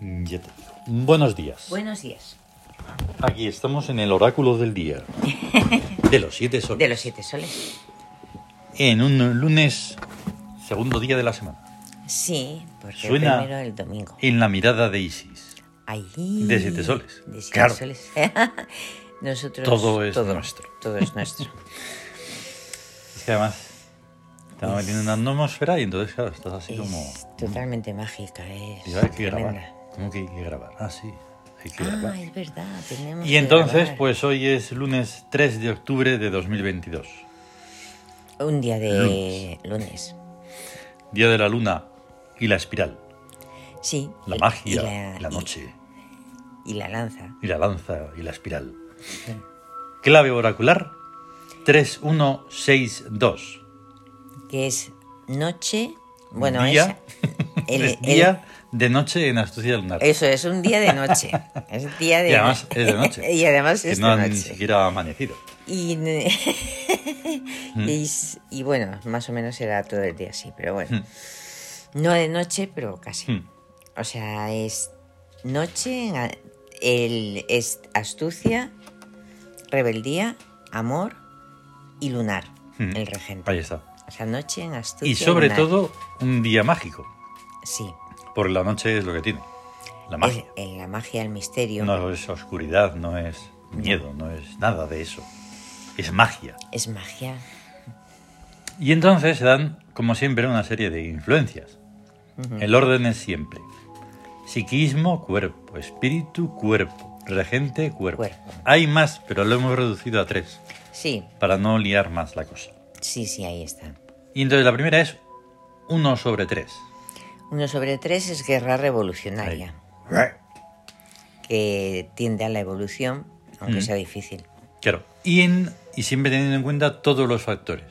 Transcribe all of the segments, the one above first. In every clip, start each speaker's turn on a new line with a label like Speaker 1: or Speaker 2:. Speaker 1: Mm, Buenos días.
Speaker 2: Buenos días.
Speaker 1: Aquí estamos en el oráculo del día. De los siete soles.
Speaker 2: De los siete soles.
Speaker 1: En un lunes, segundo día de la semana.
Speaker 2: Sí, porque
Speaker 1: Suena-
Speaker 2: el primero el domingo.
Speaker 1: En la mirada de Isis.
Speaker 2: Ahí.
Speaker 1: De siete soles.
Speaker 2: De siete
Speaker 1: Claro.
Speaker 2: soles. Nosotros.
Speaker 1: Todo es nuestro.
Speaker 2: Todo es nuestro.
Speaker 1: Es que además estamos metiendo en una atmósfera y entonces, claro, estás así como...
Speaker 2: Es totalmente mágica. Es
Speaker 1: Digo, hay que grabar.
Speaker 2: tremenda.
Speaker 1: ¿Cómo que hay que grabar? Ah, sí. Hay que
Speaker 2: Ah,
Speaker 1: grabar.
Speaker 2: es verdad. tenemos
Speaker 1: Y
Speaker 2: que
Speaker 1: entonces,
Speaker 2: grabar.
Speaker 1: pues hoy es lunes 3 de octubre de 2022.
Speaker 2: Un día de lunes.
Speaker 1: Día de la luna y la espiral.
Speaker 2: Sí.
Speaker 1: La
Speaker 2: y-
Speaker 1: magia,
Speaker 2: y
Speaker 1: la, noche,
Speaker 2: Y, y la lanza.
Speaker 1: y la lanza y la espiral. Clave oracular 3162.
Speaker 2: Que es noche. Bueno,
Speaker 1: Día.
Speaker 2: es. el-
Speaker 1: es
Speaker 2: el-
Speaker 1: día de noche en Astucia Lunar.
Speaker 2: Eso es un día de noche. Es día de
Speaker 1: Y además es de noche.
Speaker 2: y además
Speaker 1: que
Speaker 2: es
Speaker 1: no
Speaker 2: de
Speaker 1: han ni
Speaker 2: noche.
Speaker 1: siquiera amanecido.
Speaker 2: Y,
Speaker 1: Mm.
Speaker 2: y s- y bueno, más o menos era todo el día así, pero bueno. No de noche, pero casi.
Speaker 1: Mm.
Speaker 2: O sea, es noche, en a- el, es astucia, rebeldía, amor y lunar,
Speaker 1: Mm.
Speaker 2: el regente.
Speaker 1: Ahí está.
Speaker 2: O sea, noche en astucia.
Speaker 1: Y sobre
Speaker 2: lunar.
Speaker 1: todo, un día mágico.
Speaker 2: Sí,
Speaker 1: Porque la noche es lo que tiene. La
Speaker 2: es-
Speaker 1: magia.
Speaker 2: en la magia, el misterio,
Speaker 1: No es oscuridad, no es miedo, no es nada de eso. Es magia.
Speaker 2: es magia.
Speaker 1: Y entonces se dan, como siempre, una serie de influencias. El orden es siempre. Psiquismo, cuerpo. Espíritu, cuerpo. Regente, cuerpo.
Speaker 2: Cuerpo.
Speaker 1: Hay más, pero lo hemos reducido a tres,
Speaker 2: Sí,
Speaker 1: para no liar más la cosa.
Speaker 2: sí, sí, ahí está.
Speaker 1: Y entonces la primera es 1 sobre 3.
Speaker 2: Uno sobre tres es guerra revolucionaria, que tiende a la evolución, aunque
Speaker 1: Mm.
Speaker 2: sea difícil.
Speaker 1: Claro. Y, en, y siempre teniendo en cuenta todos los factores.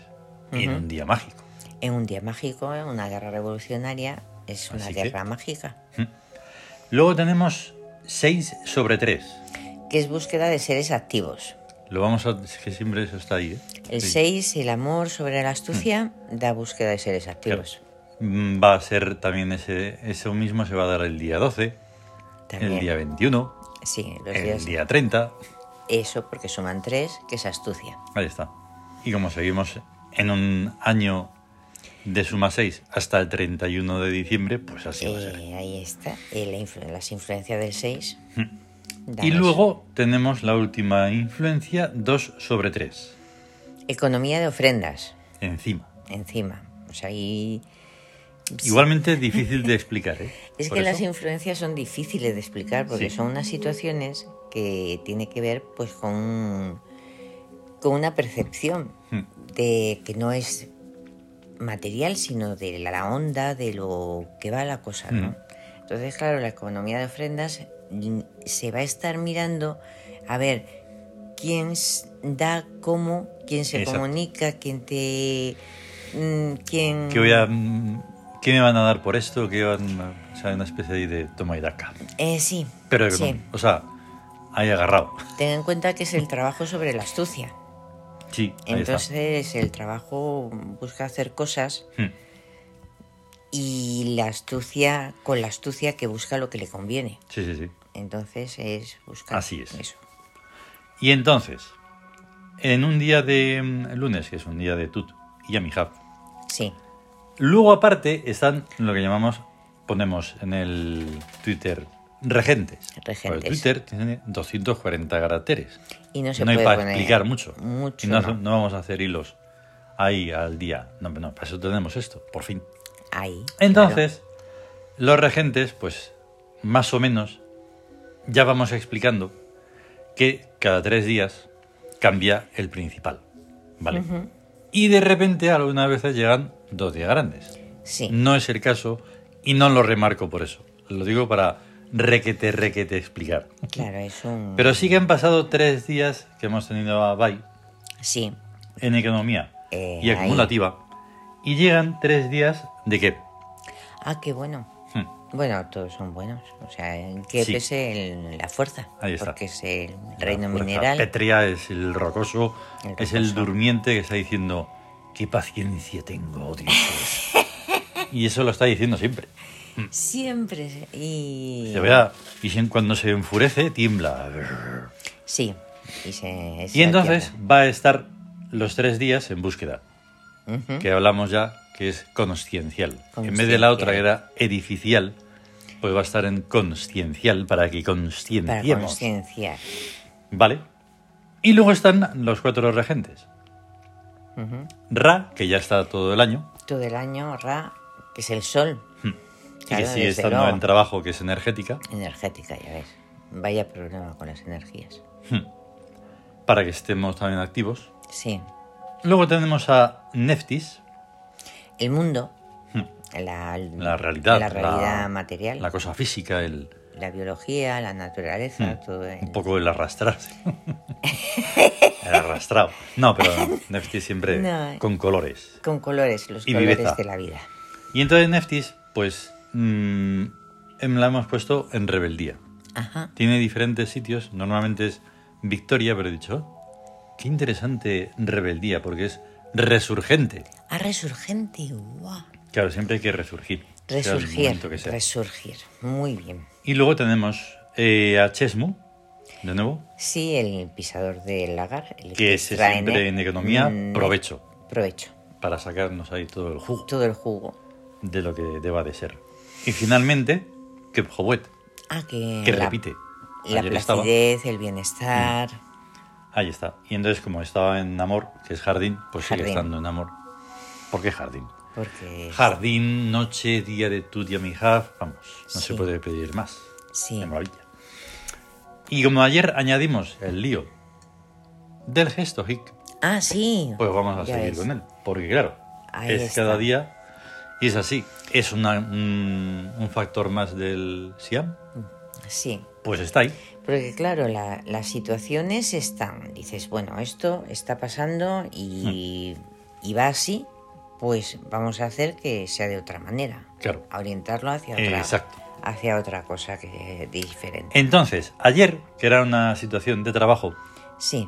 Speaker 1: Y en un día mágico.
Speaker 2: En un día mágico, en una guerra revolucionaria es una
Speaker 1: Así que-
Speaker 2: guerra mágica,
Speaker 1: Luego tenemos 6 sobre 3.
Speaker 2: que es búsqueda de seres activos.
Speaker 1: Lo vamos a... Es que siempre eso está ahí. ¿eh?
Speaker 2: El
Speaker 1: Sí.
Speaker 2: 6, el amor sobre la astucia, da búsqueda de seres activos.
Speaker 1: Mm, Va a ser también ese, eso mismo se va a dar el día 12,
Speaker 2: También.
Speaker 1: el día 21,
Speaker 2: Sí, los
Speaker 1: el
Speaker 2: días.
Speaker 1: día 30.
Speaker 2: Eso porque suman tres, que es astucia.
Speaker 1: Ahí está. Y como seguimos en un año de suma 6 hasta el 31 de diciembre, pues así va a ser.
Speaker 2: Eh, ahí está, eh, la influ- las influencias del 6.
Speaker 1: Mm. Y luego tenemos la última influencia, 2 sobre 3,
Speaker 2: Economía de ofrendas,
Speaker 1: encima.
Speaker 2: encima. O sea, ahí
Speaker 1: Igualmente difícil de explicar, ¿eh?
Speaker 2: Es
Speaker 1: Por
Speaker 2: que las
Speaker 1: eso,
Speaker 2: influencias son difíciles de explicar porque
Speaker 1: Sí.
Speaker 2: son unas situaciones que tiene que ver pues con, un- con una percepción
Speaker 1: Hmm.
Speaker 2: de que no es material, sino de la onda, de lo que va la cosa, ¿no?
Speaker 1: Mm.
Speaker 2: Entonces, claro, la economía de ofrendas mm, se va a estar mirando a ver quién s- da cómo, quién se
Speaker 1: Exacto.
Speaker 2: comunica, quién te... mm, quién...
Speaker 1: ¿Qué, voy a, mm, ¿Qué me van a dar por esto? ¿Qué van a- o sea, una especie ahí de toma y daca.
Speaker 2: Eh, sí.
Speaker 1: Pero,
Speaker 2: sí.
Speaker 1: o sea, ahí agarrado.
Speaker 2: Ten en cuenta que es el trabajo sobre la astucia.
Speaker 1: Sí, ahí está.
Speaker 2: Entonces el trabajo busca hacer cosas
Speaker 1: Hmm.
Speaker 2: y la astucia, con la astucia que busca lo que le conviene.
Speaker 1: Sí, sí, sí.
Speaker 2: Entonces es buscar
Speaker 1: Así es.
Speaker 2: eso.
Speaker 1: Y entonces, en un día de mm, lunes, que es un día de Tut y Amihab,
Speaker 2: Sí, luego
Speaker 1: luego aparte están lo que llamamos, ponemos en el Twitter, regentes.
Speaker 2: Regentes.
Speaker 1: Porque Twitter tiene 240 caracteres.
Speaker 2: Y no se
Speaker 1: hay
Speaker 2: puede
Speaker 1: para
Speaker 2: poner
Speaker 1: explicar mucho.
Speaker 2: mucho,
Speaker 1: Y no,
Speaker 2: no.
Speaker 1: hace- no vamos a hacer hilos ahí al día. No, no, para eso tenemos esto, por fin.
Speaker 2: ahí.
Speaker 1: Entonces, los regentes, pues más o menos, ya vamos explicando que cada tres días cambia el principal, ¿vale? Y de repente algunas veces llegan dos días grandes.
Speaker 2: claro. Sí,
Speaker 1: No es el caso y no lo remarco por eso. Lo digo para requete, requete explicar.
Speaker 2: claro, es un...
Speaker 1: Pero sí que han pasado tres días que hemos tenido a Bay
Speaker 2: Sí,
Speaker 1: en economía
Speaker 2: Eh,
Speaker 1: y
Speaker 2: ahí.
Speaker 1: acumulativa. Y llegan tres días de qué?
Speaker 2: ah, qué bueno.
Speaker 1: Hmm.
Speaker 2: Bueno, todos son buenos. O sea, el que
Speaker 1: Sí.
Speaker 2: es el- la fuerza.
Speaker 1: Ahí está.
Speaker 2: Porque es el reino
Speaker 1: La fuerza
Speaker 2: mineral.
Speaker 1: pétrea es el rocoso,
Speaker 2: El
Speaker 1: es el
Speaker 2: rocoso.
Speaker 1: durmiente que está diciendo, qué paciencia tengo, oh Dios. y eso lo está diciendo siempre.
Speaker 2: Siempre. se- Y...
Speaker 1: Se vea, y si- cuando se enfurece, tiembla.
Speaker 2: Sí. Y, se, se
Speaker 1: Y entonces
Speaker 2: atiende.
Speaker 1: va a estar los tres días en búsqueda,
Speaker 2: Ujú.
Speaker 1: que hablamos ya que es consciencial. En vez de la
Speaker 2: ¿Mm? Consciencial.
Speaker 1: otra que era edificial, pues va a estar en consciencial para que
Speaker 2: Para
Speaker 1: conscienciemos.
Speaker 2: concienciar.
Speaker 1: Vale. Y luego están los cuatro regentes.
Speaker 2: Ujú.
Speaker 1: Ra, que ya está todo el año,
Speaker 2: Todo el año, Ra, que es el sol.
Speaker 1: y
Speaker 2: Claro,
Speaker 1: que sigue Hmm.
Speaker 2: desde
Speaker 1: estando
Speaker 2: luego.
Speaker 1: en trabajo, que es energética,
Speaker 2: Energética, ya ves. Vaya problema con las energías.
Speaker 1: hmm, para que estemos también activos.
Speaker 2: Sí.
Speaker 1: Luego tenemos a Neftis,
Speaker 2: El mundo,
Speaker 1: Hmm.
Speaker 2: la,
Speaker 1: la realidad,
Speaker 2: la realidad material,
Speaker 1: la
Speaker 2: la,
Speaker 1: cosa física, el,
Speaker 2: biología, la naturaleza, todo. el-
Speaker 1: Hmm. un poco el arrastrarse. el arrastrado. No, pero Neftis siempre
Speaker 2: No.
Speaker 1: con colores.
Speaker 2: Con colores, los
Speaker 1: Y
Speaker 2: colores
Speaker 1: viveza.
Speaker 2: de la vida.
Speaker 1: Y entonces Neftis, pues mm, em- la hemos puesto en rebeldía.
Speaker 2: Ajá.
Speaker 1: Tiene diferentes sitios, normalmente es Victoria, pero he dicho, "Oh, qué interesante rebeldía, porque es resurgente.
Speaker 2: Ah, resurgente, guau.
Speaker 1: Claro, siempre hay que resurgir. sea el
Speaker 2: Resurgir,
Speaker 1: momento que sea.
Speaker 2: resurgir. Muy bien.
Speaker 1: Y luego tenemos eh, a Chesmu, de nuevo,
Speaker 2: Sí, el pisador del lagar. El
Speaker 1: que es
Speaker 2: trae
Speaker 1: siempre en economía
Speaker 2: mm,
Speaker 1: provecho,
Speaker 2: Provecho.
Speaker 1: para sacarnos ahí todo el jugo
Speaker 2: Todo el jugo.
Speaker 1: de lo que deba de ser. Y finalmente, Kepjowet,
Speaker 2: Ah, que.
Speaker 1: que
Speaker 2: la-
Speaker 1: repite.
Speaker 2: La
Speaker 1: Ayer estaba. Mm.
Speaker 2: placidez, el bienestar.
Speaker 1: Ahí está. Y entonces, como estaba en Amor, que es jardín, pues sigue
Speaker 2: Jardín.
Speaker 1: estando en Amor. ¿Por qué jardín?
Speaker 2: Porque.
Speaker 1: Jardín, noche, día de tu, día mi hija, vamos, no se
Speaker 2: Sí.
Speaker 1: puede pedir más.
Speaker 2: Sí.
Speaker 1: De maravilla. Y como ayer añadimos el lío del gesto hic,
Speaker 2: Ah, sí.
Speaker 1: pues vamos a
Speaker 2: Ya
Speaker 1: seguir
Speaker 2: ves.
Speaker 1: con él. Porque claro,
Speaker 2: Ahí
Speaker 1: es
Speaker 2: está.
Speaker 1: cada día y es así. Es una- un, un factor más del SIAM,
Speaker 2: Sí.
Speaker 1: pues está ahí.
Speaker 2: Porque claro, la- las situaciones están, dices, bueno, esto está pasando y,
Speaker 1: Mm.
Speaker 2: y va así, pues vamos a hacer que sea de otra manera.
Speaker 1: Claro.
Speaker 2: A orientarlo hacia otra,
Speaker 1: Exacto.
Speaker 2: hacia otra cosa que diferente.
Speaker 1: Entonces, ayer, que era una situación de trabajo,
Speaker 2: Sí,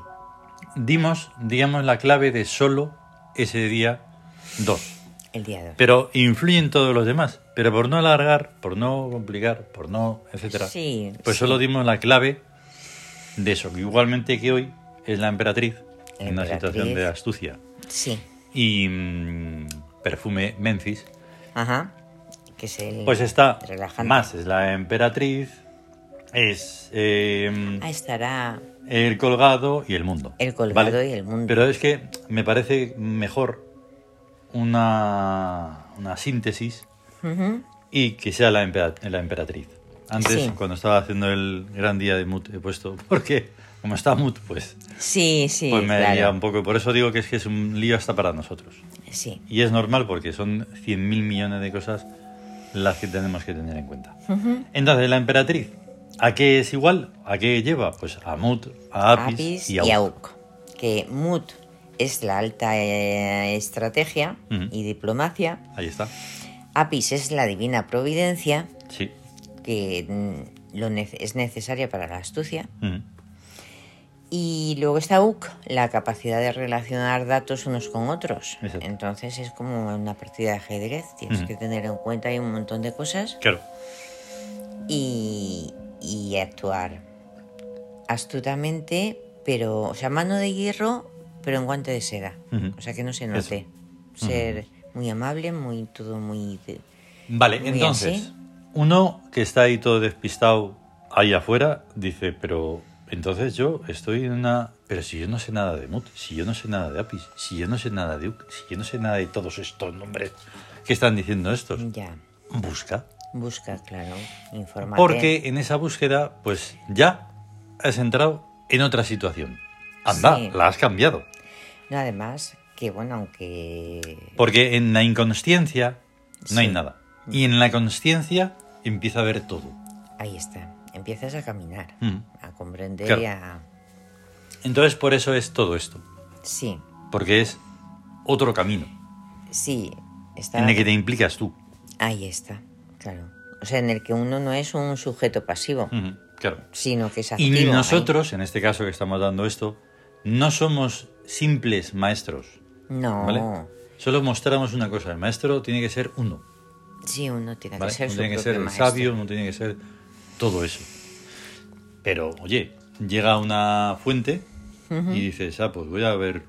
Speaker 1: dimos, digamos, la clave de solo ese día 2.
Speaker 2: el día de hoy.
Speaker 1: Pero influyen todos los demás. Pero por no alargar, por no complicar, por no, etcétera.
Speaker 2: Sí,
Speaker 1: Pues
Speaker 2: sí.
Speaker 1: solo dimos la clave de eso. que Igualmente que hoy es la emperatriz
Speaker 2: La
Speaker 1: en una
Speaker 2: emperatriz.
Speaker 1: situación de astucia.
Speaker 2: Sí,
Speaker 1: Y mm, perfume Mencis,
Speaker 2: ajá. Que es el
Speaker 1: pues está
Speaker 2: relajante.
Speaker 1: más. Es la emperatriz, es eh,
Speaker 2: Ahí Ah, estará
Speaker 1: el colgado y el mundo.
Speaker 2: El colgado y el mundo.
Speaker 1: Pero es que me parece mejor una, una síntesis
Speaker 2: ujú,
Speaker 1: y que sea la, empera- la emperatriz. Antes,
Speaker 2: Sí.
Speaker 1: cuando estaba haciendo el gran día de Mut, he puesto, porque como está Mut, pues,
Speaker 2: Sí, sí,
Speaker 1: pues me
Speaker 2: claro.
Speaker 1: lía un poco. Por eso digo que es que es un lío hasta para nosotros.
Speaker 2: Sí,
Speaker 1: Y es normal porque son 100.000 millones de cosas las que tenemos que tener en cuenta. Entonces, la emperatriz, ¿a qué es igual? ¿A qué lleva? Pues a Mut, a Apis,
Speaker 2: Apis
Speaker 1: y
Speaker 2: y
Speaker 1: a
Speaker 2: Auk. Que Mut es la alta eh, estrategia
Speaker 1: Ujú.
Speaker 2: y diplomacia.
Speaker 1: Ahí está.
Speaker 2: Apis es la divina providencia
Speaker 1: Sí.
Speaker 2: que mm, lo ne- es necesaria para la astucia.
Speaker 1: Ujú.
Speaker 2: Y luego está UC, la capacidad de relacionar datos unos con otros.
Speaker 1: Exacto.
Speaker 2: Entonces es como una partida de ajedrez. Tienes
Speaker 1: Ujú.
Speaker 2: que tener en cuenta ahí un montón de cosas
Speaker 1: Claro.
Speaker 2: y, y actuar astutamente, pero, o sea, mano de hierro, pero en guante de seda.
Speaker 1: Ujú.
Speaker 2: O sea, que no se note. Ser muy amable, muy todo muy... de-
Speaker 1: Vale,
Speaker 2: Muy
Speaker 1: entonces,
Speaker 2: así.
Speaker 1: uno que está ahí todo despistado ahí afuera, dice, pero entonces yo estoy en una... Pero si yo no sé nada de Mut, si yo no sé nada de Apis, si yo no sé nada de Uc, si yo no sé nada de todos estos nombres que están diciendo estos,
Speaker 2: Ya,
Speaker 1: busca.
Speaker 2: busca, claro, informar.
Speaker 1: Porque en esa búsqueda, pues ya has entrado en otra situación. Anda,
Speaker 2: Sí.
Speaker 1: la has cambiado.
Speaker 2: No, además, que bueno, aunque...
Speaker 1: Porque en la inconsciencia no hay
Speaker 2: Sí.
Speaker 1: nada. Y en la consciencia empieza a ver todo.
Speaker 2: Ahí está, empiezas a caminar,
Speaker 1: Mm.
Speaker 2: a comprender
Speaker 1: Claro.
Speaker 2: y a...
Speaker 1: Entonces por eso es todo esto.
Speaker 2: Sí,
Speaker 1: Porque es otro camino
Speaker 2: sí, está...
Speaker 1: en el que te implicas tú.
Speaker 2: Ahí está, claro. O sea, en el que uno no es un sujeto pasivo,
Speaker 1: Ujú, Claro.
Speaker 2: sino que es
Speaker 1: Y
Speaker 2: activo.
Speaker 1: ni
Speaker 2: ahí.
Speaker 1: nosotros, en este caso que estamos dando esto, no somos simples maestros.
Speaker 2: No,
Speaker 1: ¿Vale? Solo mostramos una cosa. El maestro tiene que ser uno.
Speaker 2: Sí, uno tiene
Speaker 1: ¿vale?
Speaker 2: que ser
Speaker 1: Uno
Speaker 2: su
Speaker 1: tiene que ser
Speaker 2: propio
Speaker 1: el
Speaker 2: maestro.
Speaker 1: sabio, uno tiene que ser todo eso. Pero, oye, llega a una fuente y dices, ah, pues voy a ver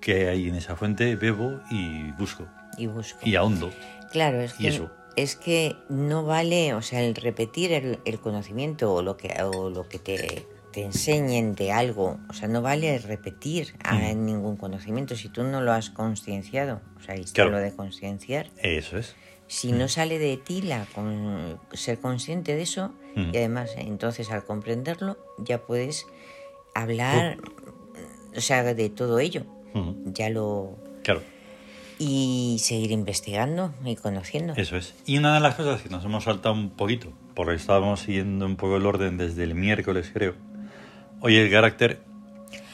Speaker 1: qué hay en esa fuente, bebo y busco.
Speaker 2: Y busco.
Speaker 1: Y ahondo.
Speaker 2: Claro, es
Speaker 1: Y
Speaker 2: que,
Speaker 1: eso.
Speaker 2: es que no vale, o sea, el repetir el, el conocimiento o lo que, o lo que te, te enseñen de algo, o sea, no vale repetir a
Speaker 1: Mm.
Speaker 2: ningún conocimiento si tú no lo has concienciado, o sea, ahí está
Speaker 1: Claro.
Speaker 2: lo de concienciar.
Speaker 1: Eso es.
Speaker 2: Si
Speaker 1: Mm.
Speaker 2: no sale de ti la con- ser consciente de eso,
Speaker 1: Mm.
Speaker 2: y además eh, entonces al comprenderlo ya puedes hablar,
Speaker 1: Oh.
Speaker 2: o sea, de todo ello,
Speaker 1: Ujú.
Speaker 2: ya lo...
Speaker 1: Claro,
Speaker 2: Y seguir investigando y conociendo.
Speaker 1: eso es. Y una de las cosas que nos hemos saltado un poquito, porque estábamos siguiendo un poco el orden desde el miércoles, creo. Hoy el carácter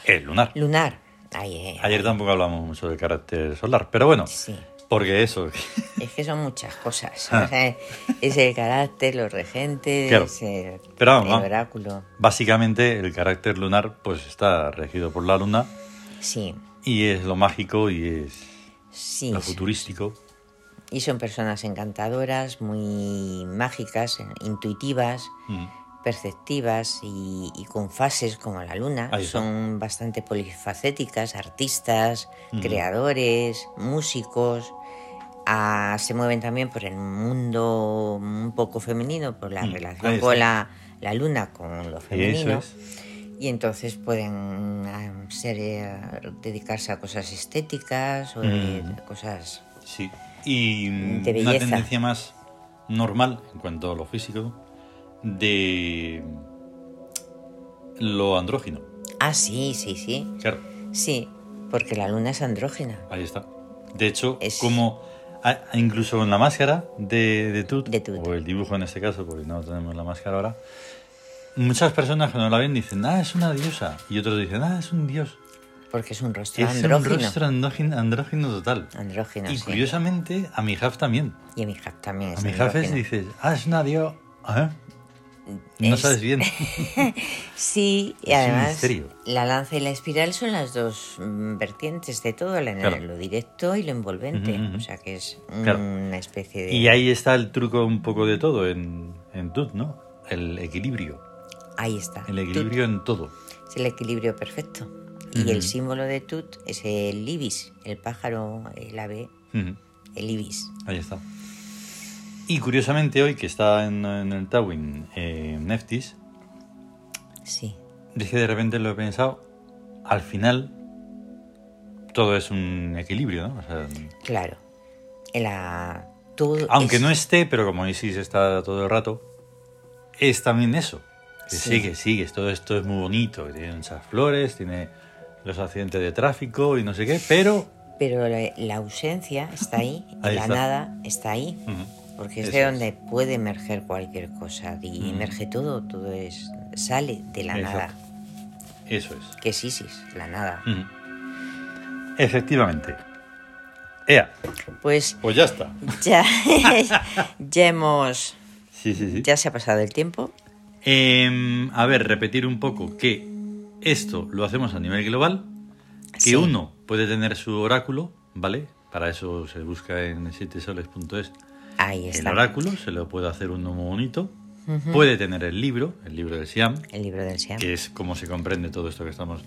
Speaker 1: es lunar.
Speaker 2: Lunar. Ay, eh,
Speaker 1: Ayer tampoco hablamos mucho del carácter solar, pero bueno,
Speaker 2: Sí.
Speaker 1: porque eso,
Speaker 2: Es que son muchas cosas. O sea, es el carácter, los regentes,
Speaker 1: Ah. Claro.
Speaker 2: es el,
Speaker 1: Pero vamos,
Speaker 2: el
Speaker 1: vamos.
Speaker 2: oráculo.
Speaker 1: Básicamente el carácter lunar pues está regido por la luna
Speaker 2: Sí,
Speaker 1: y es lo mágico y es
Speaker 2: sí.
Speaker 1: lo
Speaker 2: sí.
Speaker 1: futurístico.
Speaker 2: Y son personas encantadoras, muy mágicas, intuitivas,
Speaker 1: Mm,
Speaker 2: perceptivas y, y con fases como la luna.
Speaker 1: Ahí está.
Speaker 2: Son bastante polifacéticas, artistas,
Speaker 1: Ujú.
Speaker 2: creadores, músicos. Ah, se mueven también por el mundo un poco femenino, por la
Speaker 1: Mm, ahí
Speaker 2: relación
Speaker 1: está.
Speaker 2: con la, la luna, con lo
Speaker 1: Eso
Speaker 2: femenino.
Speaker 1: es.
Speaker 2: Y entonces pueden ah, ser, eh, dedicarse a cosas estéticas o de-
Speaker 1: Mm.
Speaker 2: cosas...
Speaker 1: Sí. Y mm,
Speaker 2: De
Speaker 1: una
Speaker 2: belleza.
Speaker 1: tendencia más normal en cuanto a lo físico de lo andrógino.
Speaker 2: Ah, sí, sí, sí.
Speaker 1: Claro,
Speaker 2: Sí, porque la luna es andrógena.
Speaker 1: ahí está. De hecho,
Speaker 2: Es-
Speaker 1: como a- incluso en la máscara de, de Tut,
Speaker 2: De Tut.
Speaker 1: o el dibujo en este caso, porque no tenemos la máscara ahora, muchas personas cuando la ven dicen, ah, es una diosa. Y otros dicen, ah, es un dios.
Speaker 2: Porque es un rostro
Speaker 1: Es un
Speaker 2: andrógeno.
Speaker 1: rostro andrógino, andrógino total.
Speaker 2: Andrógeno,
Speaker 1: y
Speaker 2: sí.
Speaker 1: curiosamente, a mi haf también.
Speaker 2: Y a mi hija también
Speaker 1: A
Speaker 2: es
Speaker 1: mi haf es,
Speaker 2: andrógeno.
Speaker 1: dices, ah, es una dio. ah, No
Speaker 2: Es-
Speaker 1: sabes bien.
Speaker 2: Sí, y
Speaker 1: Es un
Speaker 2: además
Speaker 1: misterio.
Speaker 2: la lanza y la espiral son las dos mm, vertientes de todo, la-
Speaker 1: Claro.
Speaker 2: lo directo y lo envolvente.
Speaker 1: Ujú, ujú.
Speaker 2: O sea que es
Speaker 1: Claro.
Speaker 2: una especie de...
Speaker 1: y ahí está el truco un poco de todo en, en Tut, ¿no? El equilibrio.
Speaker 2: Ahí está.
Speaker 1: El
Speaker 2: Tut
Speaker 1: equilibrio en todo.
Speaker 2: es el equilibrio perfecto. Y el símbolo de Tut es el ibis, el pájaro, el ave,
Speaker 1: Ujú.
Speaker 2: el ibis.
Speaker 1: Ahí está. Y curiosamente hoy, que está en, en el Tawin eh, Neftis,
Speaker 2: Sí,
Speaker 1: dije de repente lo he pensado, al final todo es un equilibrio, ¿no? O sea,
Speaker 2: claro. La... Todo
Speaker 1: aunque
Speaker 2: es-
Speaker 1: no esté, pero como Isis está todo el rato, es también eso. Que
Speaker 2: Sí.
Speaker 1: sigue, sigue, todo esto es muy bonito, que tiene muchas flores, tiene los accidentes de tráfico y no sé qué, pero...
Speaker 2: Pero la, la ausencia está ahí, y
Speaker 1: Ahí
Speaker 2: la
Speaker 1: está.
Speaker 2: nada está ahí.
Speaker 1: Ujú.
Speaker 2: Porque es
Speaker 1: Eso
Speaker 2: de
Speaker 1: es.
Speaker 2: donde puede emerger cualquier cosa y emerge todo, todo es sale de la
Speaker 1: Exacto.
Speaker 2: nada,
Speaker 1: Eso es.
Speaker 2: que es Isis, la nada.
Speaker 1: Ujú. Efectivamente. Ea,
Speaker 2: Pues
Speaker 1: pues ya está.
Speaker 2: ya, ya hemos,
Speaker 1: Sí, sí, sí.
Speaker 2: ya se ha pasado el tiempo.
Speaker 1: Em, a ver, repetir un poco que esto lo hacemos a nivel global, que
Speaker 2: Sí.
Speaker 1: uno puede tener su oráculo, ¿vale? Para eso se busca en 7soles.es
Speaker 2: Ahí
Speaker 1: el
Speaker 2: está.
Speaker 1: oráculo, se lo puede hacer uno muy bonito. Puede tener el libro, el libro del Siam,
Speaker 2: El libro del Siam.
Speaker 1: que es como se comprende todo esto que estamos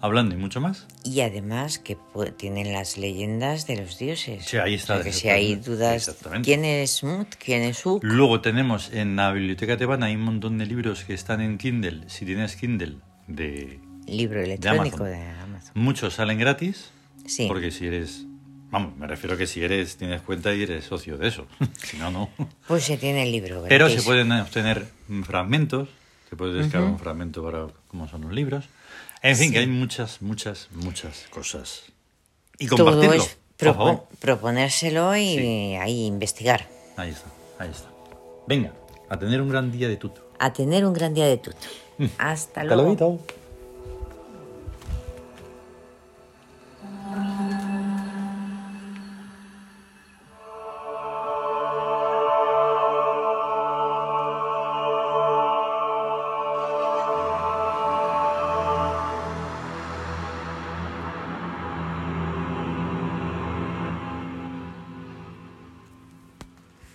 Speaker 1: hablando y mucho más.
Speaker 2: Y además que pu- tienen las leyendas de los dioses.
Speaker 1: Sí, ahí está,
Speaker 2: O sea, que si hay
Speaker 1: exactamente,
Speaker 2: dudas,
Speaker 1: exactamente.
Speaker 2: ¿quién es Mut? ¿Quién es Uk?
Speaker 1: Luego tenemos en la biblioteca tebana hay un montón de libros que están en Kindle, si tienes Kindle, de
Speaker 2: Libro electrónico
Speaker 1: Amazon.
Speaker 2: de Amazon.
Speaker 1: muchos salen gratis.
Speaker 2: Sí.
Speaker 1: Porque si eres. Vamos, me refiero que si eres, tienes cuenta y eres socio de eso. si no, no.
Speaker 2: Pues se tiene el libro.
Speaker 1: Pero
Speaker 2: gratis.
Speaker 1: se pueden obtener mm, fragmentos. Se puede descargar un fragmento para cómo son los libros. En fin, que hay muchas, muchas, muchas cosas. Y
Speaker 2: Todo
Speaker 1: compartirlo.
Speaker 2: es
Speaker 1: por
Speaker 2: propo-
Speaker 1: favor.
Speaker 2: proponérselo y
Speaker 1: Sí.
Speaker 2: ahí investigar.
Speaker 1: Ahí está, ahí está. Venga, a tener un gran día de tuto.
Speaker 2: A tener un gran día de tuto. Mm. Hasta luego.
Speaker 1: luego.